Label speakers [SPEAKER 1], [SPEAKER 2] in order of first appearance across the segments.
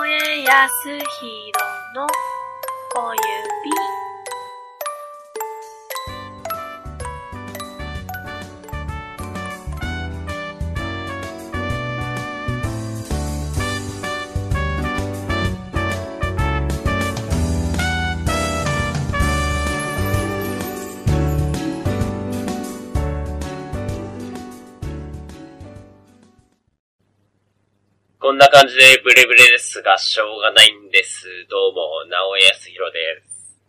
[SPEAKER 1] やすひろの小指。
[SPEAKER 2] こんな感じでブレブレですが、しょうがないんです。どうも、直江康弘です。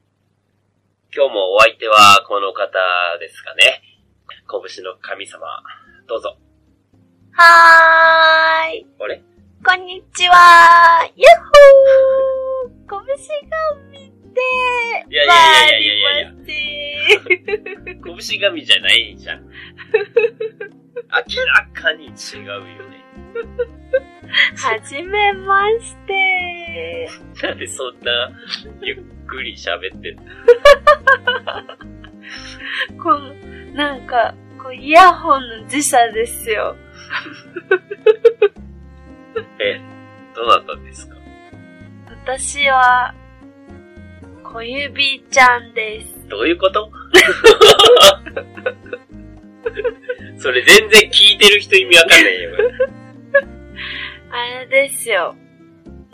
[SPEAKER 2] 今日もお相手はこの方ですかね。拳の神様。どうぞ。
[SPEAKER 1] はーい。
[SPEAKER 2] あれ
[SPEAKER 1] こんにちは。やっほー。拳が見て、
[SPEAKER 2] いやいやいやいやいや
[SPEAKER 1] まりません。
[SPEAKER 2] 拳神じゃないじゃん。明らかに違うよね。
[SPEAKER 1] はじめまして。
[SPEAKER 2] なんでそんな、ゆっくり喋ってんの
[SPEAKER 1] この、なんか、こうイヤホンの時差ですよ。
[SPEAKER 2] え、どうなったんですか
[SPEAKER 1] 私は、小指ちゃんです。
[SPEAKER 2] どういうこと それ全然聞いてる人意味わかんないよ。
[SPEAKER 1] あれですよ。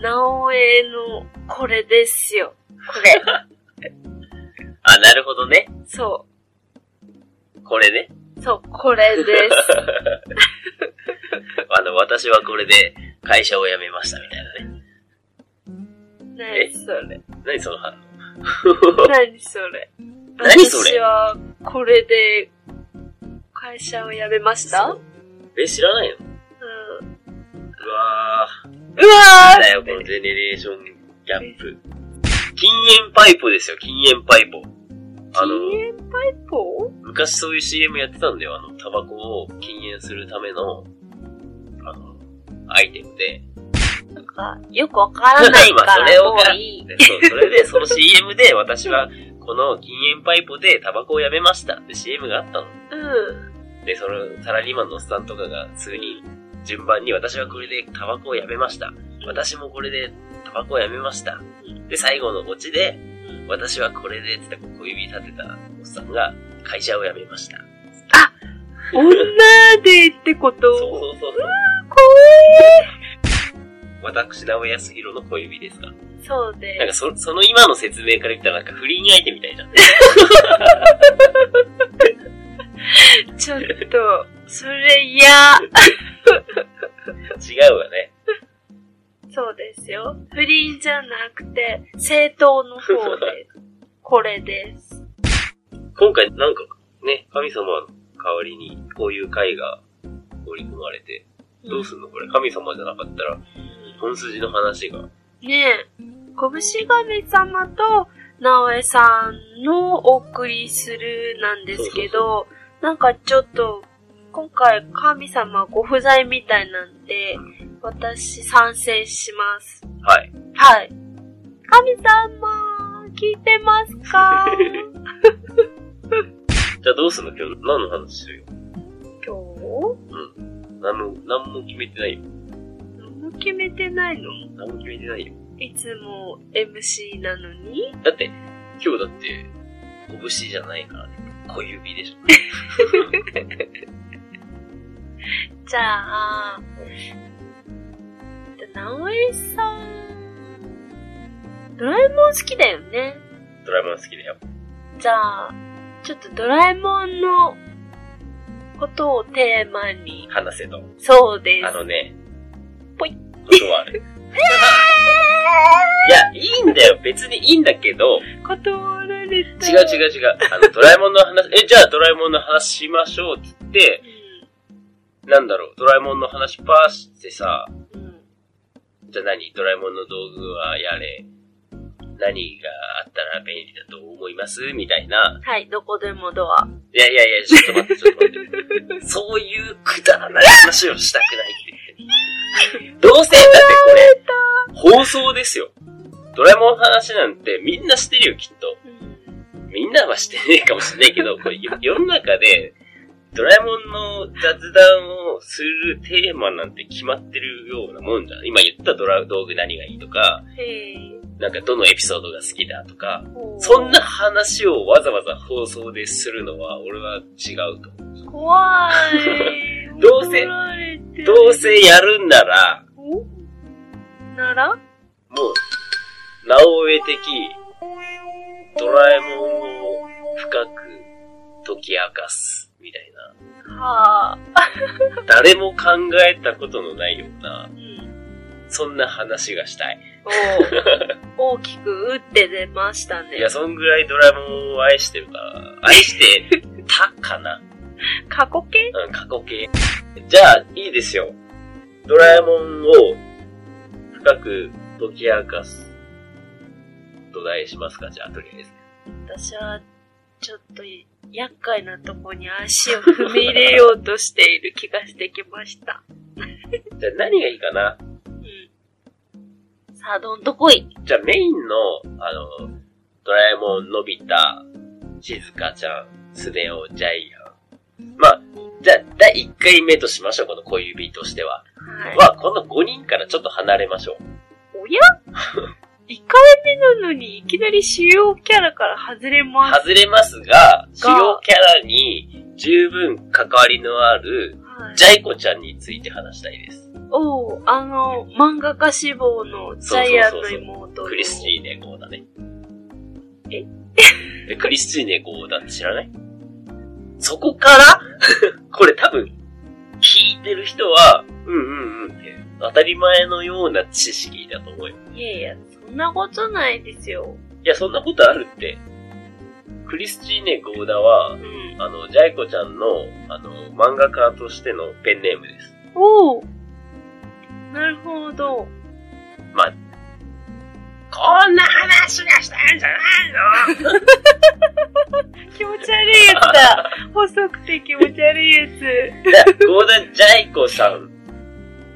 [SPEAKER 1] 直江のこれですよ。これ。
[SPEAKER 2] あ、なるほどね。
[SPEAKER 1] そ
[SPEAKER 2] これね。
[SPEAKER 1] う。そう、これです。
[SPEAKER 2] あの、私はこれで会社を辞めましたみたいなね。
[SPEAKER 1] 何それ。
[SPEAKER 2] 何その反応
[SPEAKER 1] 何それ。
[SPEAKER 2] 何そ
[SPEAKER 1] 私
[SPEAKER 2] れ
[SPEAKER 1] は、これで、会社を辞めましたう
[SPEAKER 2] そえ、知らないの
[SPEAKER 1] ん。
[SPEAKER 2] うわ
[SPEAKER 1] うわ
[SPEAKER 2] ー。
[SPEAKER 1] ー
[SPEAKER 2] だよ、このゼネレーションギャップ。禁煙パイプですよ、禁煙パイプ。あの、
[SPEAKER 1] 禁煙パイプ
[SPEAKER 2] 昔そういう CM やってたんだよ。あの、タバコを禁煙するための、あの、アイテムで。
[SPEAKER 1] なんか、よくわからないか
[SPEAKER 2] まあそれ
[SPEAKER 1] ら、
[SPEAKER 2] を
[SPEAKER 1] もういい。
[SPEAKER 2] でそう それで、その CM で私は、この禁煙パイプでタバコをやめましたって CM があったの。
[SPEAKER 1] うん。
[SPEAKER 2] で、そのサラリーマンのおっさんとかが数人順番に私はこれでタバコをやめました。私もこれでタバコをやめました。で、最後のオチで、私はこれでって小指立てたおっさんが会社を辞めました。
[SPEAKER 1] 女でってこ
[SPEAKER 2] そ
[SPEAKER 1] と
[SPEAKER 2] うそうそうそう。私、直江康弘の小指ですか
[SPEAKER 1] そう
[SPEAKER 2] なん
[SPEAKER 1] で
[SPEAKER 2] かそ、その今の説明から言ったらなんか不倫相手みたいじゃん。
[SPEAKER 1] す。ちょっと、それ嫌。
[SPEAKER 2] 違うわね。
[SPEAKER 1] そうですよ。不倫じゃなくて、正当の方 です。これです。
[SPEAKER 2] 今回なんかね、神様の代わりにこういう会が織り込まれて、どうすんのこれ神様じゃなかったら、本筋の話が。
[SPEAKER 1] ねえ、拳神様と直江さんのお送りするなんですけど、なんかちょっと、今回神様ご不在みたいなんで、私参戦します。
[SPEAKER 2] はい。
[SPEAKER 1] はい。神様、聞いてます か
[SPEAKER 2] じゃあどうすんの今日何の話するよ。
[SPEAKER 1] 今日
[SPEAKER 2] うん。何も、何も決めてないよ。
[SPEAKER 1] 何も決めてないの
[SPEAKER 2] 何も決めてないよ。
[SPEAKER 1] いつも MC なのに
[SPEAKER 2] だって、今日だって、拳じゃないからね。小指でしょ。
[SPEAKER 1] じゃあ、直江さん、ドラえもん好きだよね。
[SPEAKER 2] ドラえもん好きだよ。
[SPEAKER 1] じゃあ、ちょっとドラえもんのことをテーマに。
[SPEAKER 2] 話せと。
[SPEAKER 1] そうで
[SPEAKER 2] あ
[SPEAKER 1] す。
[SPEAKER 2] のね、
[SPEAKER 1] ぽい
[SPEAKER 2] ことはある。いや、いいんだよ。別にいいんだけど、
[SPEAKER 1] 断られた。
[SPEAKER 2] 違う違う違う。あの、ドラえもんの話、え、じゃあドラえもんの話しましょうっつって、なんだろう、ドラえもんの話パーしてさ、
[SPEAKER 1] うん。うん。
[SPEAKER 2] じゃあ何ドラえもんの道具はやれ。何があったら便利だと思いますみたいな。
[SPEAKER 1] はい、どこでもドア。
[SPEAKER 2] いやいやいや、ちょっと待って、ちょっと待って。そういうくだらない話をしたくないって言って。どうせ、だってこれ、放送ですよ。ドラえもんの話なんてみんなしてるよ、きっと。
[SPEAKER 1] うん。
[SPEAKER 2] みんなはしてねえかもしれないけど、これよ世の中で、ドラえもんの雑談をするテーマなんて決まってるようなもんじゃん。今言ったドラ道具何がいいとか、
[SPEAKER 1] へえ。
[SPEAKER 2] なんかどのエピソードが好きだとか、
[SPEAKER 1] ほう
[SPEAKER 2] そんな話をわざわざ放送でするのは俺は違うと。。
[SPEAKER 1] 怖い
[SPEAKER 2] どうせ
[SPEAKER 1] 怒られて
[SPEAKER 2] どうせやるんなら、
[SPEAKER 1] おなら
[SPEAKER 2] もう、直江的、ドラえもんを深く解き明かす、みたいな。
[SPEAKER 1] はあ。
[SPEAKER 2] 誰も考えたことのないような
[SPEAKER 1] う、ん。
[SPEAKER 2] そんな話がしたい。
[SPEAKER 1] お大きく打って出ましたね
[SPEAKER 2] い。や、そんぐらいドラえもんを愛してるから、愛してたかな
[SPEAKER 1] 過去形
[SPEAKER 2] うん、過去形。じゃあ、いいですよ。ドラえもんを深く解き明かす。土題しますかじゃあ、とりあえず。
[SPEAKER 1] 私は、ちょっと、厄介なとこに足を踏み入れようとしている気がしてきました。
[SPEAKER 2] じゃあ、何がいいかな
[SPEAKER 1] うん。さあ、どんとこい。
[SPEAKER 2] じゃあ、メインの、あの、ドラえもん、のび太、静香ちゃん、スネ夫、ジャイアン。まあ、じゃあ、第1回目としましょう、この小指としては。
[SPEAKER 1] はい。
[SPEAKER 2] は、この5人からちょっと離れましょう。
[SPEAKER 1] おや ?1 回目なのにいきなり主要キャラから外れます。
[SPEAKER 2] 外れますが、主要キャラに十分関わりのある、
[SPEAKER 1] はい
[SPEAKER 2] ジャイコちゃんについて話したいです。
[SPEAKER 1] おう、あの、漫画家志望のジャイアンの妹の
[SPEAKER 2] クリスチーネ号だね。
[SPEAKER 1] え
[SPEAKER 2] えクリスチーネ号だって知らないそこから これ多分、聞いてる人は、うんうんうんって、当たり前のような知識だと思うよ。
[SPEAKER 1] いやいや、そんなことないですよ。
[SPEAKER 2] いや、そんなことあるって。クリスチーネ号だは
[SPEAKER 1] う、ん。
[SPEAKER 2] あの、ジャイコちゃんの、あの、漫画家としてのペンネームです。
[SPEAKER 1] おう。なるほど。
[SPEAKER 2] まあ、こんな話がしたいんじゃないの
[SPEAKER 1] 気持ち悪いやつ だ。細くて気持ち悪いやつ。
[SPEAKER 2] じゃあゴーダ・ジャイコさん。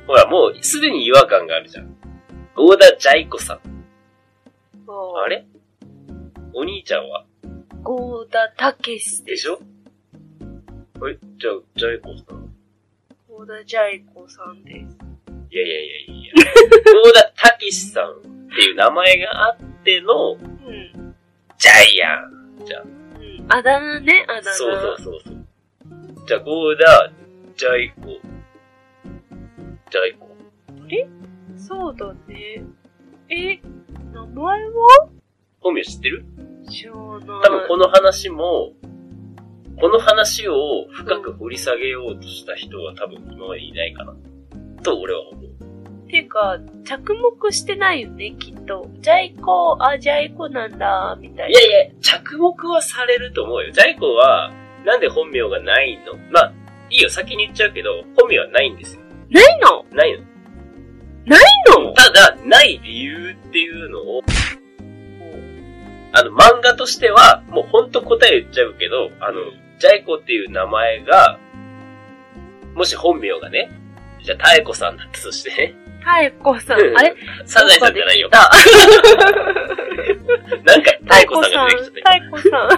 [SPEAKER 2] ほら、もうすでに違和感があるじゃん。ゴーダ・ジャイコさん。
[SPEAKER 1] おう
[SPEAKER 2] あれお兄ちゃんは
[SPEAKER 1] ゴーダたけし
[SPEAKER 2] で
[SPEAKER 1] で
[SPEAKER 2] し
[SPEAKER 1] す。
[SPEAKER 2] ょあれじゃあ、ジャイコさん。
[SPEAKER 1] ゴーダジャイコさんです。
[SPEAKER 2] いやいやいやいや。ゴーダ・タキシさんっていう名前があっての、
[SPEAKER 1] うん。
[SPEAKER 2] ジャイアン。
[SPEAKER 1] うん。あだ名ね、あだ名。
[SPEAKER 2] そうそうそうそう。じゃあ、ゴーダ、ジャイコ。ジャイコ。
[SPEAKER 1] そうだね。え、名前は
[SPEAKER 2] 本名知ってる
[SPEAKER 1] 知らない。
[SPEAKER 2] 多分この話も、この話を深く掘り下げようとした人は多分今までいないかな。と俺は思う。
[SPEAKER 1] ていうか、着目してないよね、きっと。ジャイコ、あ、ジャイコなんだ、みたい
[SPEAKER 2] い
[SPEAKER 1] な。
[SPEAKER 2] やいや、着目はされると思うよ。ジャイコは、なんで本名がないのまあ、いいよ、先に言っちゃうけど、本名はないんですよ。
[SPEAKER 1] ないの
[SPEAKER 2] ないの。
[SPEAKER 1] ないの
[SPEAKER 2] ただ、ない理由っていうのを、あの、漫画としては、もうほんと答え言っちゃうけど、あの、ジャイコっていう名前が、もし本名がね、じゃあ、タエコさんだったとしてね、
[SPEAKER 1] タエコさん
[SPEAKER 2] う、ん
[SPEAKER 1] あれ
[SPEAKER 2] サザエさんじゃないよ。
[SPEAKER 1] どっかで聞い
[SPEAKER 2] なんか、
[SPEAKER 1] た
[SPEAKER 2] タエコさんが出てきちゃった
[SPEAKER 1] タエコさん。タエコ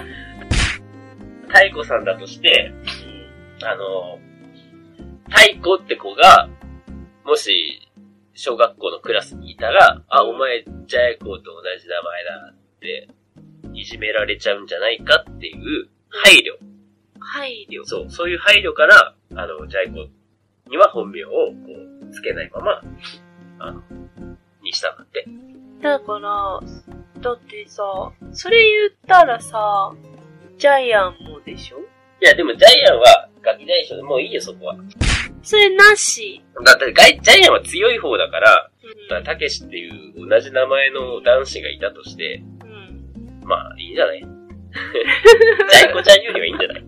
[SPEAKER 2] 今。タエコさんだとして、あの、タイコって子が、もし、小学校のクラスにいたら、あ、お前、ジャイコと同じ名前だって、いじめられちゃうんじゃないかっていう配慮。
[SPEAKER 1] さん。配慮。
[SPEAKER 2] そう、そういう配慮から、あの、ジャイコには本名をこうつけないまま、あの、にしたんだって。
[SPEAKER 1] だから、だってさ、それ言ったらさ、ジャイアンもでしょ
[SPEAKER 2] いや、でもジャイアンは、ガキ大将でもういいよ、そこは。
[SPEAKER 1] それなし。
[SPEAKER 2] だってガイ、ジャイアンは強い方だから、
[SPEAKER 1] うん
[SPEAKER 2] だからたけしっていう同じ名前の男子がいたとして、
[SPEAKER 1] うん
[SPEAKER 2] まあ、いいんじゃないジャイコちゃんよりはいいんじゃない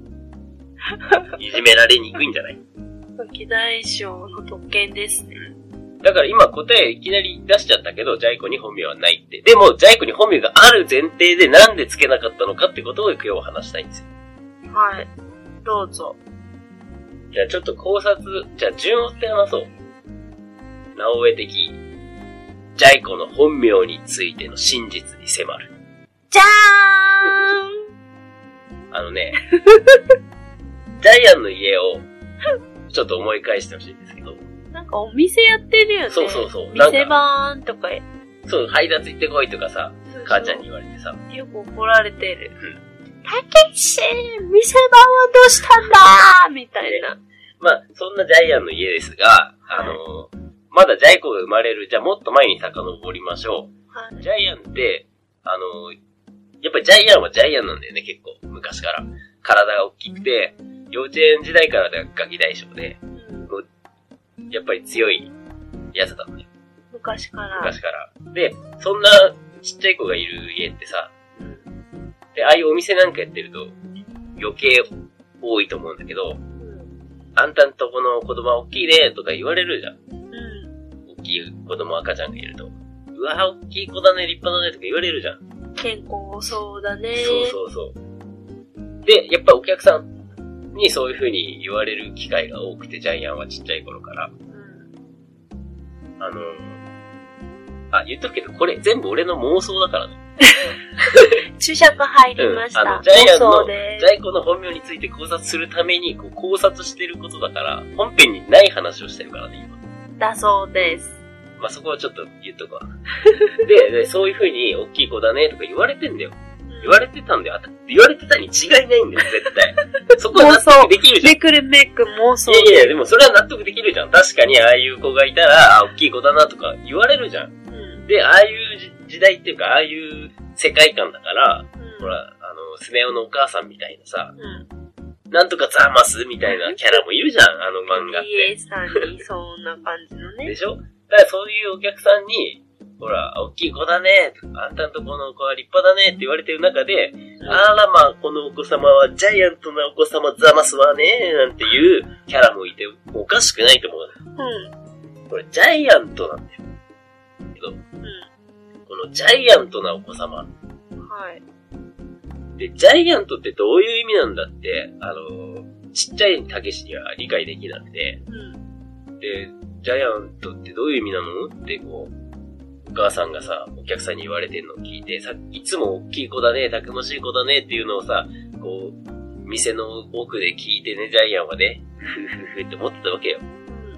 [SPEAKER 2] いじめられにくいんじゃない
[SPEAKER 1] ガキ大将の特権ですね。
[SPEAKER 2] だから今答えいきなり出しちゃったけど、ジャイコに本名はないって。でも、ジャイコに本名がある前提でなんでつけなかったのかってことを今日は話したいんですよ。
[SPEAKER 1] はい。どうぞ。
[SPEAKER 2] じゃあちょっと考察、じゃあ順を追って話そう。直江的、ジャイコの本名についての真実に迫る。
[SPEAKER 1] じゃーん
[SPEAKER 2] あのね、ダイアンの家を、ちょっと思い返してほしいんですけど、
[SPEAKER 1] なんかお店やってるよね。
[SPEAKER 2] そうそうそうなんか
[SPEAKER 1] 店番とか、
[SPEAKER 2] そう、配達行ってこいとかさ、
[SPEAKER 1] そうそう
[SPEAKER 2] 母ちゃんに言われてさ、
[SPEAKER 1] よく怒られてる。たけし店番はどうしたんだみたいな。
[SPEAKER 2] まあ、そんなジャイアンの家ですが、あの、まだジャイ子が生まれる、じゃあもっと前に遡りましょ
[SPEAKER 1] は
[SPEAKER 2] う。
[SPEAKER 1] い
[SPEAKER 2] ジャイアンって、あの、やっぱりジャイアンはジャイアンなんだよね、結構、昔から。体が大きくて、幼稚園時代からガキ大将で、
[SPEAKER 1] うん
[SPEAKER 2] やっぱり強いやつだったね、
[SPEAKER 1] 昔から。
[SPEAKER 2] 昔から。で、そんなちっちゃい子がいる家ってさ、
[SPEAKER 1] うん
[SPEAKER 2] で、ああいうお店なんかやってると、余計多いと思うんだけど、あんたんとこの子供は大きいね、とか言われるじゃん。
[SPEAKER 1] うん
[SPEAKER 2] 大きい子供赤ちゃんがいると。うわ、大きい子だね、立派だね、とか言われるじゃん。
[SPEAKER 1] 健康そうだね。
[SPEAKER 2] そうそうそう。で、やっぱお客さんにそういう風に言われる機会が多くて、ジャイアンはちっちゃい頃から。
[SPEAKER 1] うん
[SPEAKER 2] あのーあ、言っとくけど、これ全部俺の妄想だからね。
[SPEAKER 1] 注釈入りました。
[SPEAKER 2] うんあのジャイアンの
[SPEAKER 1] 放送で
[SPEAKER 2] ジャイ子の本名について考察するために、こう考察してることだから、本編にない話をしてるからね、今。
[SPEAKER 1] だそうです。
[SPEAKER 2] まあ、そこはちょっと言っとくわ。で、でそういう風に、大きい子だね、とか言われてんだよ。言われてたんだよ。あた言われてたに違いないんだよ、絶対。そこは納得できるじゃん。
[SPEAKER 1] めくるめく妄想
[SPEAKER 2] いやいやいや、でもそれは納得できるじゃん。確かにああいう子がいたら、あ、大きい子だなとか言われるじゃん。
[SPEAKER 1] うん
[SPEAKER 2] で、ああいうじ時代っていうか、ああいう世界観だから、ほら、あの、スネ夫のお母さんみたいなさ、
[SPEAKER 1] うん
[SPEAKER 2] なんとかザーマスみたいなキャラもいるじゃん、あの漫画って。
[SPEAKER 1] PA さんにそんな感じのね
[SPEAKER 2] で。しょだからそういうお客さんに、ほら、大きい子だね、あんたんとこの子は立派だねって言われてる中で、あらまあ、このお子様はジャイアントなお子様ざますわね、なんていうキャラもいて、おかしくないと思う。
[SPEAKER 1] うん。
[SPEAKER 2] これジャイアントなんだよ。けど、
[SPEAKER 1] う
[SPEAKER 2] このジャイアントなお子様
[SPEAKER 1] ん。はい。
[SPEAKER 2] で、ジャイアントってどういう意味なんだって、あのー、ちっちゃいたけしには理解できなくて、
[SPEAKER 1] うん。
[SPEAKER 2] で、ジャイアントってどういう意味なのってこう、お母さんがさ、お客さんに言われてんのを聞いて、さ、いつも大きい子だね、たくましい子だねっていうのをさ、こう、店の奥で聞いてね、ジャイアンはね、ふふふって思ってたわけよ。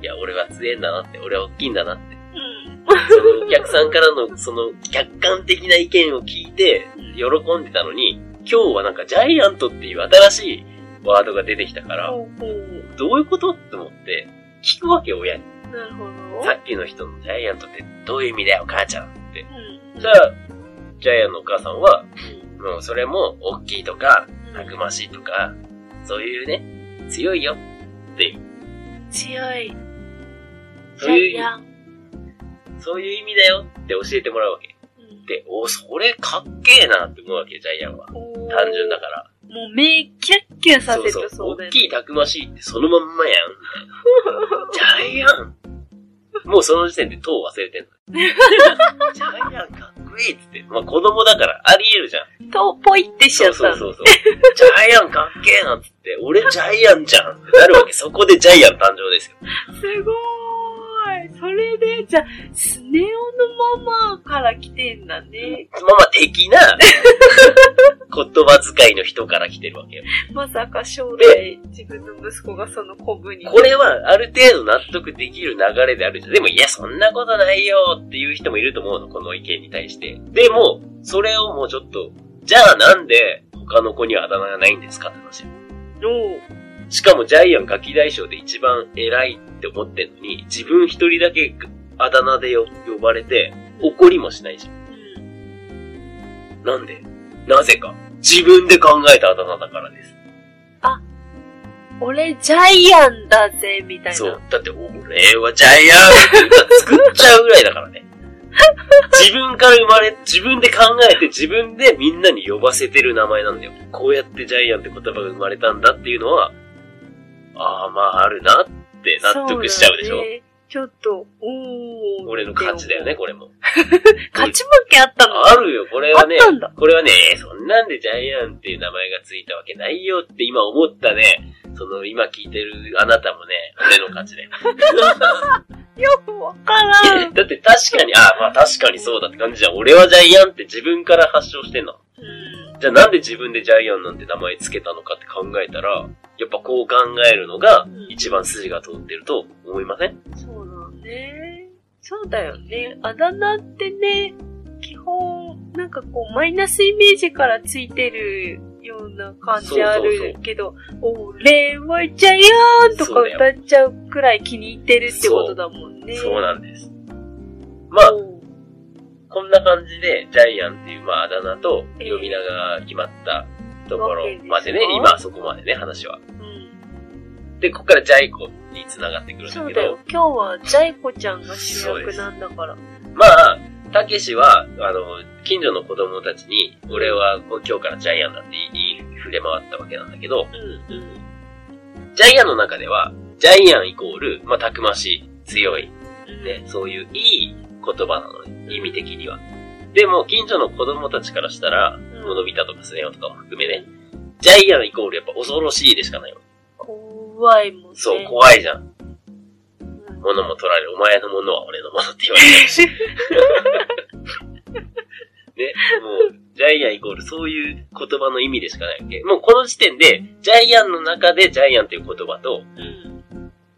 [SPEAKER 2] いや、俺は強えんだなって、俺は大きいんだなって。
[SPEAKER 1] うん。
[SPEAKER 2] そのお客さんからの、その、客観的な意見を聞いて、喜んでたのに、今日はなんかジャイアントっていう新しいワードが出てきたから、
[SPEAKER 1] ほうほう。
[SPEAKER 2] どういうことって思って、聞くわけよ、親に。
[SPEAKER 1] なるほど。
[SPEAKER 2] さっきの人のジャイアントってどういう意味だよ、母ちゃんって。
[SPEAKER 1] うん。
[SPEAKER 2] じゃあ、ジャイアンのお母さんは、もうそれも、大きいとか、たくましいとか、そういうね、強いよって、
[SPEAKER 1] 強い。ジ
[SPEAKER 2] そう
[SPEAKER 1] ャ
[SPEAKER 2] い
[SPEAKER 1] イ
[SPEAKER 2] う、
[SPEAKER 1] アン。
[SPEAKER 2] そういう意味だよって教えてもらうわけ。で、おそれかっけえなって思うわけ、ジャイアンは。単純だ
[SPEAKER 1] か
[SPEAKER 2] から。
[SPEAKER 1] ら。もう目キャッキャさせて
[SPEAKER 2] そうそう
[SPEAKER 1] そうだ
[SPEAKER 2] 大
[SPEAKER 1] よ。
[SPEAKER 2] きいたくましいってそのまんまやん。ジャイアンもうその時点で塔忘れてん の。ジャイアンかっこいいっつって。まあ子供だからあり得るじゃん。
[SPEAKER 1] と、ぽいってしち
[SPEAKER 2] そ
[SPEAKER 1] ゃ
[SPEAKER 2] う
[SPEAKER 1] っ
[SPEAKER 2] そ
[SPEAKER 1] た
[SPEAKER 2] う
[SPEAKER 1] の。
[SPEAKER 2] そうそう。ジャイアンかっけえなっつって、俺ジャイアンじゃんってなるわけ。そこでジャイアン誕生ですよ。
[SPEAKER 1] すごーい。それで、じゃあ、スネ夫のママから来てんだね。
[SPEAKER 2] まあまあ 的な言葉遣いの人から来てるわけよ。
[SPEAKER 1] まさか将来、自分の息子がその子分に。
[SPEAKER 2] これはある程度納得できる流れであるじゃん。でも、いや、そんなことないよっていう人もいると思うの、この意見に対して。でも、それをもうちょっと、じゃあなんで他の子にはあだ名がないんですかって話。
[SPEAKER 1] おう
[SPEAKER 2] しかもジャイアンガキ大将で一番偉いって思ってんのに、自分一人だけあだ名でよ呼ばれて、怒りもしないじゃ
[SPEAKER 1] うん
[SPEAKER 2] ん。なんでなぜか。自分で考えたあだ名だからです。
[SPEAKER 1] 俺、ジャイアンだぜ、みたいな。
[SPEAKER 2] そう。だって、俺はジャイアンって作っちゃうぐらいだからね。自分から生まれ、自分で考えて自分でみんなに呼ばせてる名前なんだよ。こうやってジャイアンって言葉が生まれたんだっていうのは、ああ、まああるなって納得しちゃうでし
[SPEAKER 1] そ
[SPEAKER 2] ょ。
[SPEAKER 1] だねちょっと、おー。
[SPEAKER 2] 俺の勝ちだよね、。これも。
[SPEAKER 1] 勝ち負けあったの
[SPEAKER 2] あるよ、これはね
[SPEAKER 1] あったんだ。
[SPEAKER 2] これはね、そんなんでジャイアンっていう名前がついたわけないよって今思ったね、その今聞いてるあなたもね、俺の勝ちだよ。
[SPEAKER 1] よくわ からん。
[SPEAKER 2] だって確かに、あまあ確かにそうだって感じじゃん。俺はジャイアンって自分から発症してんの。
[SPEAKER 1] うん
[SPEAKER 2] じゃあなんで自分でジャイアンなんて名前つけたのかって考えたら、やっぱこう考えるのが
[SPEAKER 1] うん
[SPEAKER 2] 一番筋が通ってると思いません
[SPEAKER 1] そうだね。そうだよね。あだ名ってね、基本、なんかこう、マイナスイメージからついてるような感じあるけど、俺はジャイアンとか
[SPEAKER 2] そうだ
[SPEAKER 1] 歌っちゃうくらい気に入ってるってことだもんね。
[SPEAKER 2] そうなんです。まあ、
[SPEAKER 1] おう
[SPEAKER 2] こんな感じで、ジャイアンっていう、まあ、あだ名と呼び名が決まったところまでね
[SPEAKER 1] ええ、
[SPEAKER 2] 今、そこまでね、話は。
[SPEAKER 1] うん
[SPEAKER 2] で、ここからジャイコに繋がってくるんだ
[SPEAKER 1] そ
[SPEAKER 2] け
[SPEAKER 1] うだ
[SPEAKER 2] ど
[SPEAKER 1] よ、。今日はジャイコちゃんが主役なんだから。
[SPEAKER 2] まあ、たけしは、あの、近所の子供たちに、俺はこう今日からジャイアンだって言い、触れ回ったわけなんだけど、
[SPEAKER 1] うん、うん。
[SPEAKER 2] ジャイアンの中では、ジャイアンイコール、まあ、たくましい、強い、ね、そういういい言葉なのね、意味的には。でも、近所の子供たちからしたら、ものび太とかスネ夫とかも含めね、ジャイアンイコールやっぱ恐ろしいでしかないわ。
[SPEAKER 1] 怖いもんね。
[SPEAKER 2] そう、怖いじゃん。
[SPEAKER 1] うん
[SPEAKER 2] 物も取られる。お前のものは俺のものって言われる し。ね、もう、ジャイアンイコールそういう言葉の意味でしかないわけ。もうこの時点で、ジャイアンの中でジャイアンという言葉と、
[SPEAKER 1] うん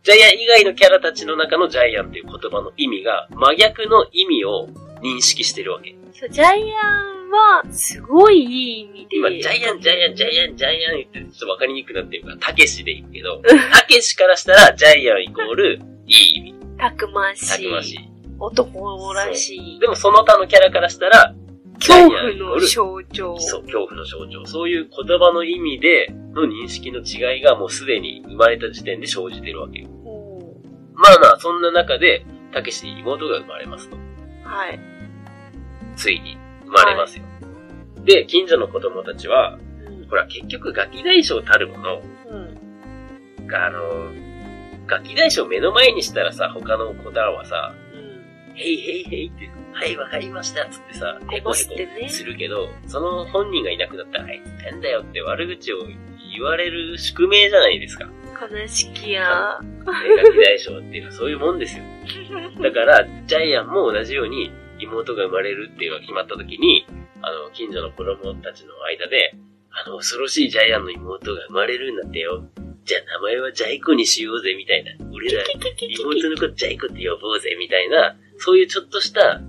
[SPEAKER 2] ジャイアン以外のキャラたちの中のジャイアンという言葉の意味が、真逆の意味を認識してるわけ。
[SPEAKER 1] そう、ジャイアンは、すごいいい意味で。
[SPEAKER 2] 今、ジャイアン、ジャイアン、ジャイアン、ジャイアンってちょっとわかりにくくなってるから、たけしでいく けど、たけしからしたら、ジャイアンイコール、いい意味。
[SPEAKER 1] たくましたい。
[SPEAKER 2] くましい。
[SPEAKER 1] 男らしい
[SPEAKER 2] で。もその他のキャラからしたら、
[SPEAKER 1] 恐怖の象徴。
[SPEAKER 2] そう、恐怖の象徴。そういう言葉の意味での認識の違いがもうすでに生まれた時点で生じてるわけよ。
[SPEAKER 1] おー
[SPEAKER 2] まあまあ、そんな中で、たけしに妹が生まれますと。
[SPEAKER 1] はい。
[SPEAKER 2] ついに生まれますよ。で、近所の子供たちは、ほら、結局ガキ大将たるもの
[SPEAKER 1] うん。
[SPEAKER 2] が、あの、ガキ大将目の前にしたらさ、他の子らはさ、
[SPEAKER 1] うん。
[SPEAKER 2] へいへいへいって、はい、わかりましたっつってさ、へ
[SPEAKER 1] こぼ
[SPEAKER 2] こへ
[SPEAKER 1] し
[SPEAKER 2] こ
[SPEAKER 1] てね。
[SPEAKER 2] するけど、その本人がいなくなったら、あいつ変だよって悪口を言われる宿命じゃないですか。ね、
[SPEAKER 1] 悲しきや。
[SPEAKER 2] ガキ大将っていうのはそういうもんですよ。だから、ジャイアンも同じように妹が生まれるっていうのが決まった時に、あの、近所の子供たちの間で、あの、恐ろしいジャイアンの妹が生まれるんだってよ。じゃあ名前はジャイコにしようぜみたいな。俺ら妹のことジャイコって呼ぼうぜみたいな、そういうちょっとした、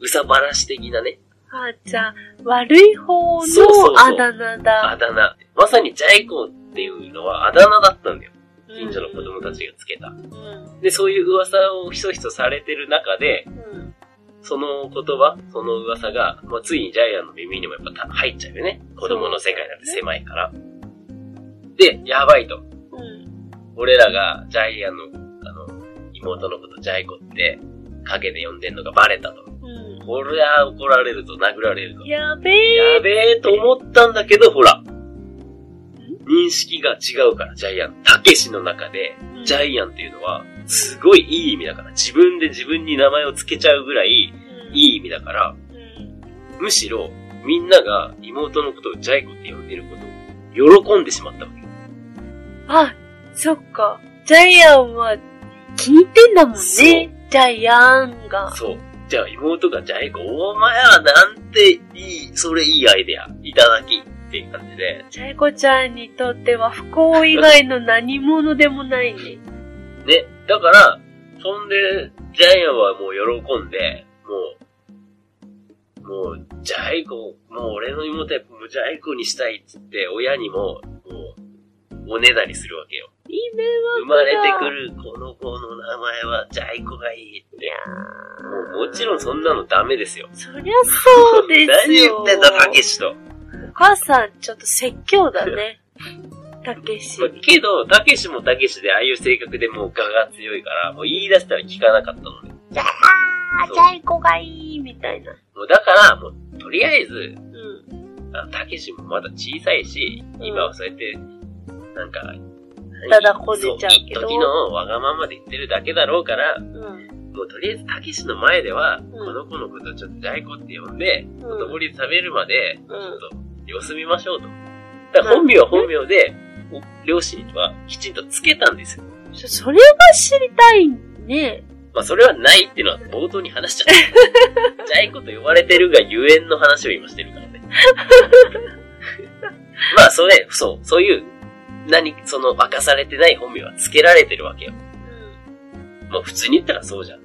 [SPEAKER 2] うさばらし的なね、
[SPEAKER 1] あ、じゃあ、悪い方
[SPEAKER 2] そうそう
[SPEAKER 1] の
[SPEAKER 2] そう
[SPEAKER 1] あだ名
[SPEAKER 2] あ
[SPEAKER 1] だ。
[SPEAKER 2] だ名。まさにジャイコっていうのはあだ名だったんだよ。近所の子供たちがつけた。
[SPEAKER 1] うん。
[SPEAKER 2] で、そういう噂をひそひそされてる中で、
[SPEAKER 1] うん。
[SPEAKER 2] その言葉、その噂が、まあ、ついにジャイアンの耳にもやっぱた入っちゃうよね。子供の世界なんて狭いから。で、やばいと。
[SPEAKER 1] うん。
[SPEAKER 2] 俺らがジャイアンの、あの、妹のことジャイコって、影で呼んでんのがバレたと。
[SPEAKER 1] う
[SPEAKER 2] これは怒られると、殴られると
[SPEAKER 1] ん。。やべえ。
[SPEAKER 2] やべえと思ったんだけど、ほら。認識が違うから、ジャイアン。たけしの中で、ジャ
[SPEAKER 1] イ
[SPEAKER 2] イアンっていうのは、すごいいい意味だから、自分で自分に名前を付けちゃうぐらい、い
[SPEAKER 1] い。
[SPEAKER 2] い意味だから、
[SPEAKER 1] うん
[SPEAKER 2] むしろ、みんなが妹のことをジャイコって呼んでることを、喜んでしまったわけ。
[SPEAKER 1] あ、そっか。ジャイアンは気に入ってんだもんね。
[SPEAKER 2] そう
[SPEAKER 1] ジャイアンが。
[SPEAKER 2] そう。じゃあ妹がジャイコ、お前はなんていい、それいいアイデア、いただき、っていう感じで、
[SPEAKER 1] ジャイコちゃんにとっては不幸以外の何者でもないね。
[SPEAKER 2] ね、だから、そんで、ジャイアンはもう喜んで、もう、もう、ジャイ子、もう俺の妹はもうジャイ子にしたいっつって、親にも、もう、おねだりするわけよ。
[SPEAKER 1] いい迷惑
[SPEAKER 2] 生
[SPEAKER 1] だ
[SPEAKER 2] まれてくるこの子の名前はジャイ子がいいって。もうもちろんそんなのダメですよ。
[SPEAKER 1] そりゃそうですよ。
[SPEAKER 2] 何言ってんだ、たけしと。
[SPEAKER 1] お母さん、ちょっと説教だね。たけし
[SPEAKER 2] まあ。けど、たけしもたけしで、ああいう性格でもう我が強いから、もう言い出したら聞かなかったのね。
[SPEAKER 1] じゃあー、ジャイコがいい、みたいな。
[SPEAKER 2] もうだから、もう、とりあえず、
[SPEAKER 1] うん。
[SPEAKER 2] あの、たけしもまだ小さいし、
[SPEAKER 1] ん
[SPEAKER 2] 今はそうやって、なんか、
[SPEAKER 1] ただこねちゃうけど
[SPEAKER 2] そう一時のわがままで言ってるだけだろうから、
[SPEAKER 1] うん。
[SPEAKER 2] もうとりあえずたけしの前では、
[SPEAKER 1] ん
[SPEAKER 2] この子のことをちょっとジャイコって呼んで、
[SPEAKER 1] う
[SPEAKER 2] ほとぼ
[SPEAKER 1] ん。
[SPEAKER 2] り冷めるまで、ち
[SPEAKER 1] う
[SPEAKER 2] ょ
[SPEAKER 1] ん
[SPEAKER 2] っと様子見ましょうと。だから本名は本名で、お両親はきちんとつけたんですよ。
[SPEAKER 1] そそれが知りたいね。
[SPEAKER 2] まあそれはないっていうのは冒頭に話しちゃった。ジャイコと呼ばれてるがゆえんの話を今してるからね。まあそれ、そう、そういう何、その明かされてない本名は付けられてるわけよ。まあ普通に言ったらそうじゃん。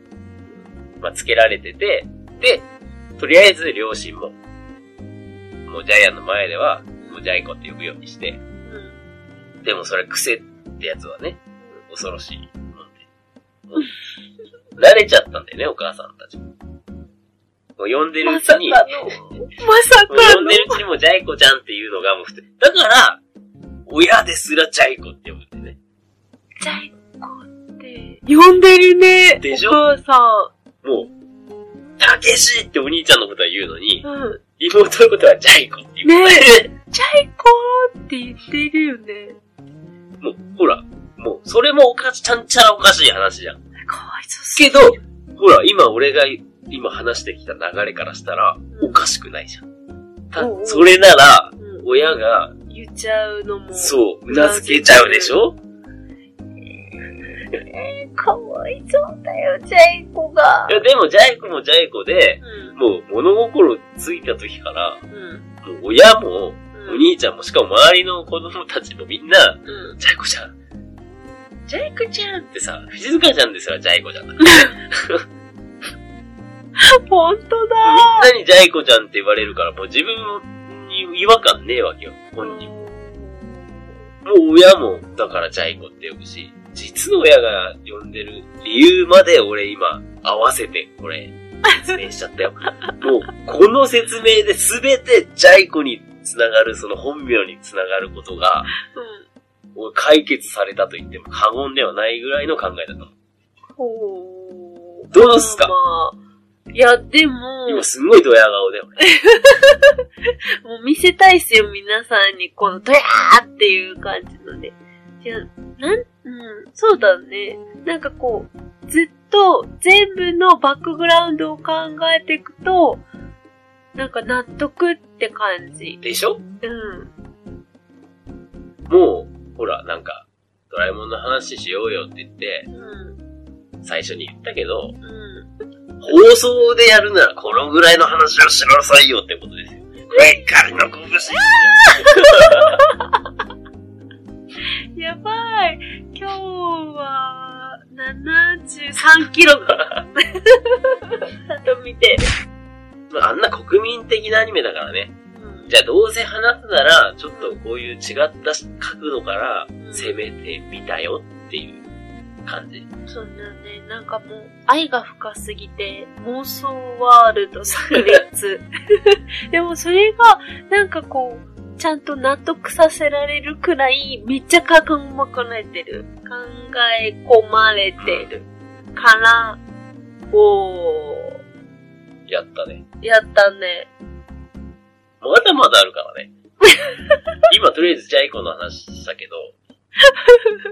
[SPEAKER 2] まあ付けられてて、で、とりあえず両親も、もうジャイアンの前では、もうジャイコって呼ぶようにして、でもそれ癖ってやつはね、恐ろしいもんで。も う慣れちゃったんだよね、お母さんたちも。もう呼んでるう
[SPEAKER 1] ま
[SPEAKER 2] ち
[SPEAKER 1] さかの
[SPEAKER 2] に、、
[SPEAKER 1] まさ
[SPEAKER 2] もう
[SPEAKER 1] か
[SPEAKER 2] 呼ん
[SPEAKER 1] の
[SPEAKER 2] で、るうちにもジャイコちゃんっていうのがもう普通。だから、親ですらジャイコって呼ぶんだよね。
[SPEAKER 1] ジャイコって、呼んでるね。
[SPEAKER 2] でしょ
[SPEAKER 1] お母さ
[SPEAKER 2] もう、たけしってお兄ちゃんのことは言うのに、
[SPEAKER 1] ん。うん。
[SPEAKER 2] 妹のことはジャイコって言う。
[SPEAKER 1] ねえ、ジャイコーって言ってるよね。
[SPEAKER 2] もう、ほら、もう、それもおかし、ちゃんちゃらおかしい話じゃん。
[SPEAKER 1] かわいそうすぎ
[SPEAKER 2] け
[SPEAKER 1] る
[SPEAKER 2] ど、ほら、今俺が、今話してきた流れからしたら、おかしくないじゃん。た
[SPEAKER 1] おうおう
[SPEAKER 2] それなら、
[SPEAKER 1] うん
[SPEAKER 2] 親が、
[SPEAKER 1] 言っちゃうのも。
[SPEAKER 2] そう、うなずけちゃうでしょ
[SPEAKER 1] かわいそうだよ、ジャイコが
[SPEAKER 2] い。や、でも、ジャイコもジャイコで、
[SPEAKER 1] うん。
[SPEAKER 2] もう物心ついた時から、
[SPEAKER 1] うん。
[SPEAKER 2] もう親も、
[SPEAKER 1] うん
[SPEAKER 2] お兄ちゃんも、しかも周りの子供たちもみんな、
[SPEAKER 1] うん。
[SPEAKER 2] ジャイコちゃん、ジャイコちゃんってさ、藤塚ちゃんですらジャイコちゃんだから。
[SPEAKER 1] ほんとだ
[SPEAKER 2] みんなにジャイコちゃんって言われるから、もう自分に違和感ねえわけよ、本人。もう親も、だからジャイコって呼ぶし、実の親が呼んでる理由まで俺今、合わせてこれ、説明しちゃったよ。もう、この説明で全てジャイコに繋がる、その本名に繋がることが、
[SPEAKER 1] うん。
[SPEAKER 2] もう解決されたと言っても過言ではないぐらいの考えだと思う。
[SPEAKER 1] ほー
[SPEAKER 2] どうですか
[SPEAKER 1] まあまあいや、でも、
[SPEAKER 2] 今すごいドヤ顔だよ、俺。
[SPEAKER 1] もう見せたいっすよ、皆さんに、この、ドヤーっていう感じのね。いや、なん、うん、そうだね。なんかこう、ずっと全部のバックグラウンドを考えていくと、なんか納得って感じ。
[SPEAKER 2] でしょ
[SPEAKER 1] うん。
[SPEAKER 2] もう、ほら、なんか、ドラえもんの話しようよって言って、
[SPEAKER 1] うん。
[SPEAKER 2] 最初に言ったけど、
[SPEAKER 1] うん。
[SPEAKER 2] 放送でやるならこのぐらいの話をしなさいよってことですよ。上からの拳
[SPEAKER 1] やばい。今日は、73キロ が。だと見て。
[SPEAKER 2] まああんな国民的なアニメだからね。
[SPEAKER 1] うん
[SPEAKER 2] じゃあどうせ話すなら、ちょっとこういう違った角度から攻めてみたよっていう感じ。
[SPEAKER 1] そうだね。なんかもう、愛が深すぎて、妄想ワールド炸 裂。でもそれが、なんかこう、ちゃんと納得させられるくらい、めっちゃ考えてる。考え込まれてる。から、おー、
[SPEAKER 2] やったね。
[SPEAKER 1] やったね。
[SPEAKER 2] まだまだあるからね。今とりあえずジャイコの話したけど、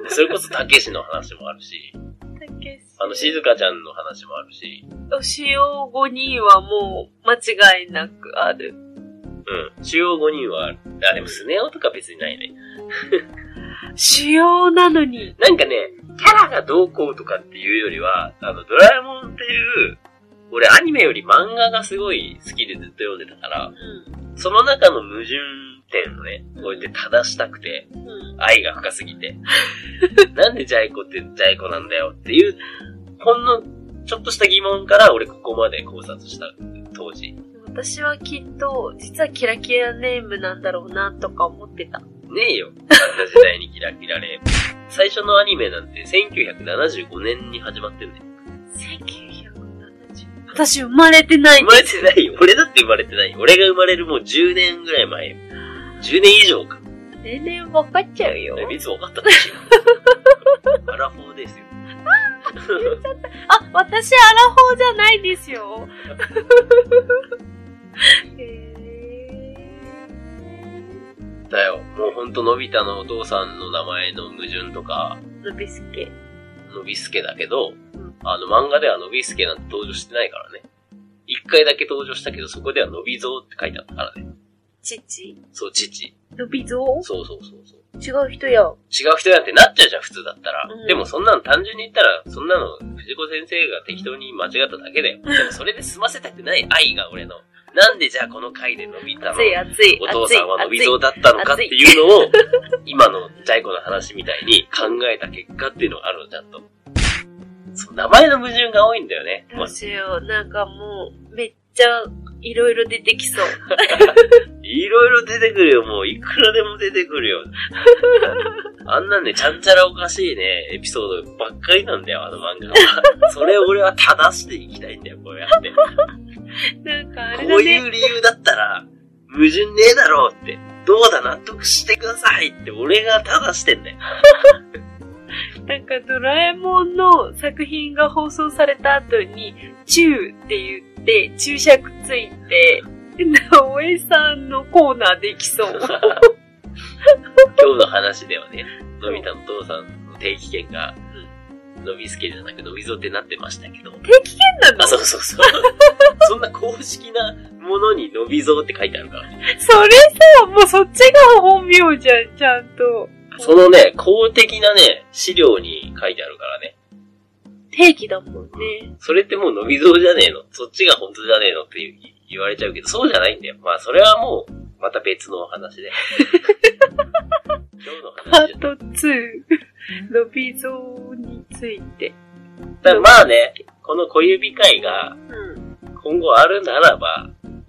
[SPEAKER 2] それこそたけしの話もあるし、
[SPEAKER 1] たけし。
[SPEAKER 2] あの、しずかちゃんの話もあるし、
[SPEAKER 1] 使用後にはもう、間違いなくある。
[SPEAKER 2] うん。主要5人はある、あ、でもスネ夫とか別にないね。
[SPEAKER 1] 使用なのに。
[SPEAKER 2] なんかね、キャラがどうこうとかっていうよりは、あの、ドラえもんっていう、俺アニメより漫画がすごい好きでずっと読んでたから
[SPEAKER 1] う、ん。
[SPEAKER 2] その中の矛盾点をね、こうやって正したくて、
[SPEAKER 1] うん。
[SPEAKER 2] 愛が深すぎて。 なんでジャイコってジャイコなんだよっていう、ほんのちょっとした疑問から俺ここまで考察した、当時。
[SPEAKER 1] 私はきっと、実はキラキラネームなんだろうな、とか思ってた。
[SPEAKER 2] ねえよ。あんな時代にキラキラレーム。最初のアニメなんて1975年に始まってんね。
[SPEAKER 1] 1970。私生まれてない
[SPEAKER 2] 生。まれてないよ。俺だって生まれてない。俺が生まれるもう10年ぐらい前よ。10年以上か。
[SPEAKER 1] 年々分かっちゃうよ。
[SPEAKER 2] いつ分かったんでし ょアラフォーですよ。
[SPEAKER 1] あ、私アラフォーじゃないです よ。へ
[SPEAKER 2] だよ。もうほんと、のび太のお父さんの名前の矛盾とか、
[SPEAKER 1] ー。のびすけ。
[SPEAKER 2] のびすけだけど
[SPEAKER 1] ん、
[SPEAKER 2] あの漫画ではのびすけなんて登場してないからね。一回だけ登場したけど、そこではのびぞうって書いてあったからね。
[SPEAKER 1] 父。
[SPEAKER 2] そう、父。
[SPEAKER 1] のびぞ
[SPEAKER 2] そうそうそうそう。
[SPEAKER 1] う違う人や。
[SPEAKER 2] 違う人なんてなっちゃうじゃん、普通だったら。
[SPEAKER 1] うん
[SPEAKER 2] でもそんなの単純に言ったら、そんなの藤子先生が適当に間違っただけだよ。でもそれで済ませたくない愛が俺のなんでじゃあこの回でのび太の
[SPEAKER 1] 熱い熱い
[SPEAKER 2] お父
[SPEAKER 1] 熱い
[SPEAKER 2] さんはのび
[SPEAKER 1] 熱い
[SPEAKER 2] ぞうだったのかっていうのを、 今のジャイコの話みたいに考えた結果っていうのがあるの、ちゃんと。そう、名前の矛盾が多いんだよね。
[SPEAKER 1] ど
[SPEAKER 2] まあ
[SPEAKER 1] う、しよう。なんかもう、めっちゃ、いろいろ出てきそう。
[SPEAKER 2] いろいろ出てくるよ、もう。いくらでも出てく るよ。あんなね、ちゃんちゃらおかしいね、エピソードばっかりなんだよ、あの漫画 は。それを俺は正していきたいんだよ、こうやって。
[SPEAKER 1] なんかあれ
[SPEAKER 2] こ
[SPEAKER 1] だ
[SPEAKER 2] うい
[SPEAKER 1] ね。
[SPEAKER 2] う理由だったら、矛盾ねえだろうって。どうだ、納得してくださいって、俺が正してんだよ。
[SPEAKER 1] なんかドラえもんの作品が放送された後に、チューって言って、注釈ついて、なおえさんのコーナーできそう。
[SPEAKER 2] 今日の話ではね、のび太のお父さんの定期券が、のびすけじゃなくのびぞってなってましたけど。
[SPEAKER 1] なんだ
[SPEAKER 2] あ、
[SPEAKER 1] そ
[SPEAKER 2] そ
[SPEAKER 1] れ
[SPEAKER 2] うそうそう。 そんな公式なものにのびぞって書いてあるから。
[SPEAKER 1] さ、もうそっちが本名じゃん、ちゃんと。
[SPEAKER 2] そのね、公的なね、資料に書いてあるからね。
[SPEAKER 1] 定期だもんね。
[SPEAKER 2] それってもうのびぞじゃねえの。そっちが本当じゃねえのって言う言われちゃうけど、そうじゃないんだよ。まあ、それはもう、また別のお話で。
[SPEAKER 1] パ
[SPEAKER 2] 今日の話じゃ
[SPEAKER 1] ート2、のびぞうについて。
[SPEAKER 2] だからまあね、この小指会が
[SPEAKER 1] うん。
[SPEAKER 2] 今後あるならば、
[SPEAKER 1] うん。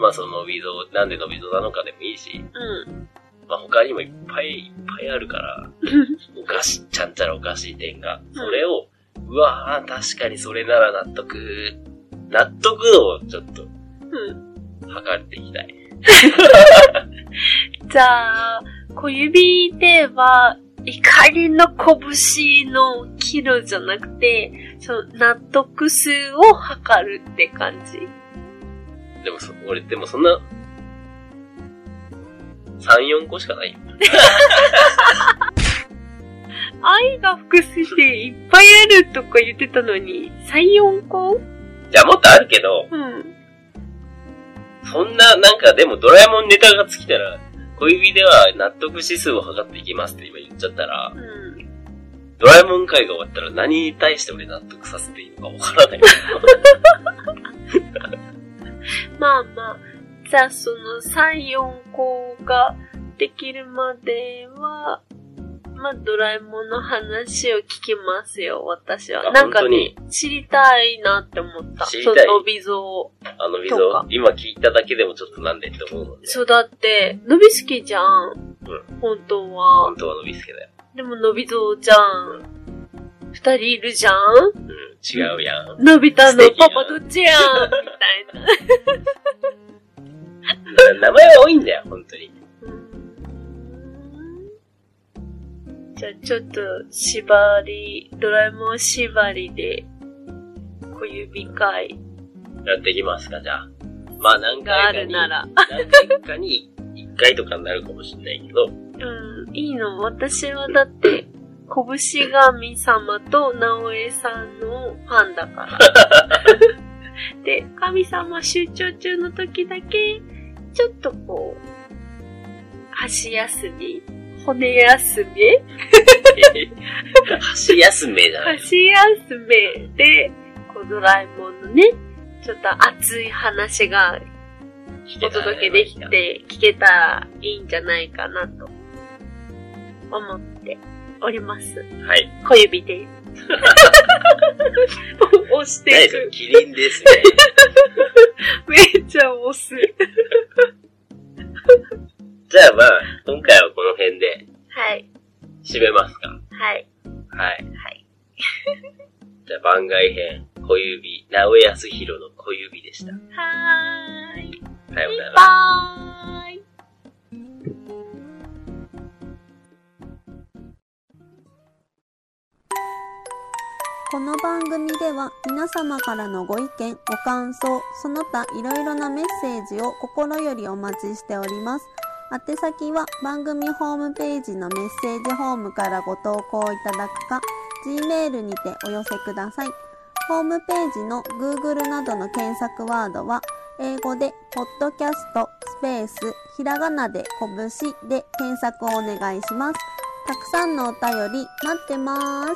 [SPEAKER 2] まあその微動、なんでの微動なのかでもいいし、
[SPEAKER 1] うん。
[SPEAKER 2] まあ他にもいっぱいいっぱいあるから、おかし、ちゃんちゃらおかしい点が、それを、うわぁ、確かにそれなら納得、納得度をちょっと
[SPEAKER 1] うん。
[SPEAKER 2] 測っていきたい。
[SPEAKER 1] じゃあ、小指では、怒りの拳のキロじゃなくて、その納得数を測るって感じ。
[SPEAKER 2] でもそ、俺、でもそんな、3、4個しかないよ。
[SPEAKER 1] 愛が複数でいっぱいあるとか言ってたのに、3、4個
[SPEAKER 2] じゃあもっとあるけど、
[SPEAKER 1] うん。
[SPEAKER 2] そんな、なんかでもドラえもんネタが尽きたら、小指では納得指数を測っていきますって今言っちゃったら、
[SPEAKER 1] うん。
[SPEAKER 2] ドラえもん会が終わったら何に対して俺納得させていいのかわからない。
[SPEAKER 1] まあまあ、じゃあその3、4個ができるまでは、まあドラえもんの話を聞きますよ、私は。
[SPEAKER 2] あ
[SPEAKER 1] なんか
[SPEAKER 2] 本当に
[SPEAKER 1] ね、知りたいなって思った。
[SPEAKER 2] 知りたい
[SPEAKER 1] その美像。
[SPEAKER 2] あの溝
[SPEAKER 1] そうか、
[SPEAKER 2] 今聞いただけでもちょっとなんでって思うので。
[SPEAKER 1] そうだって、のびすきじゃん。本当は
[SPEAKER 2] 本。当はのびすけだよ。
[SPEAKER 1] でものびぞうじゃん。二人いるじゃん
[SPEAKER 2] うん、違うやん。
[SPEAKER 1] のび太の
[SPEAKER 2] 素敵な
[SPEAKER 1] パパどっちやんみたいな。
[SPEAKER 2] な名前は多いんだよ、本当に。
[SPEAKER 1] じゃあちょっと縛り、ドラえもん縛りで、小指会
[SPEAKER 2] やっていきますか、じゃあ。まあ何
[SPEAKER 1] があ
[SPEAKER 2] 回か
[SPEAKER 1] る
[SPEAKER 2] に、
[SPEAKER 1] なら。
[SPEAKER 2] 何回かに1回とかになるかもしれないけど、
[SPEAKER 1] う ん、いいの。私はだって、拳神様と直江さんのファンだから。で、神様集中中の時だけ、ちょっとこう、箸休み、骨休め
[SPEAKER 2] 箸休めじゃない。
[SPEAKER 1] 箸休めで、こうドラえもんのね、ちょっと熱い話がお届けできて、聞けたらいいんじゃないかなと、思っております。
[SPEAKER 2] はい。
[SPEAKER 1] 小指で。 押して
[SPEAKER 2] 何
[SPEAKER 1] い
[SPEAKER 2] ですか
[SPEAKER 1] く。
[SPEAKER 2] キリンですね。
[SPEAKER 1] めっちゃ押す。
[SPEAKER 2] じゃあまあ、今回はこの辺で
[SPEAKER 1] はい。
[SPEAKER 2] 締めますか。
[SPEAKER 1] はい。
[SPEAKER 2] はい。
[SPEAKER 1] はい。
[SPEAKER 2] じゃあ番外編、小指、直江康弘の小指でした。
[SPEAKER 1] はーい。
[SPEAKER 2] さようなら。
[SPEAKER 1] バイバーイ。
[SPEAKER 3] この番組では皆様からのご意見、ご感想、その他いろいろなメッセージを心よりお待ちしております。宛先は番組ホームページのメッセージホームからご投稿いただくか、Gmail にてお寄せください。ホームページの Google などの検索ワードは、英語で、ポッドキャスト、スペース、ひらがなで、こぶしで検索をお願いします。たくさんのお便り待ってます。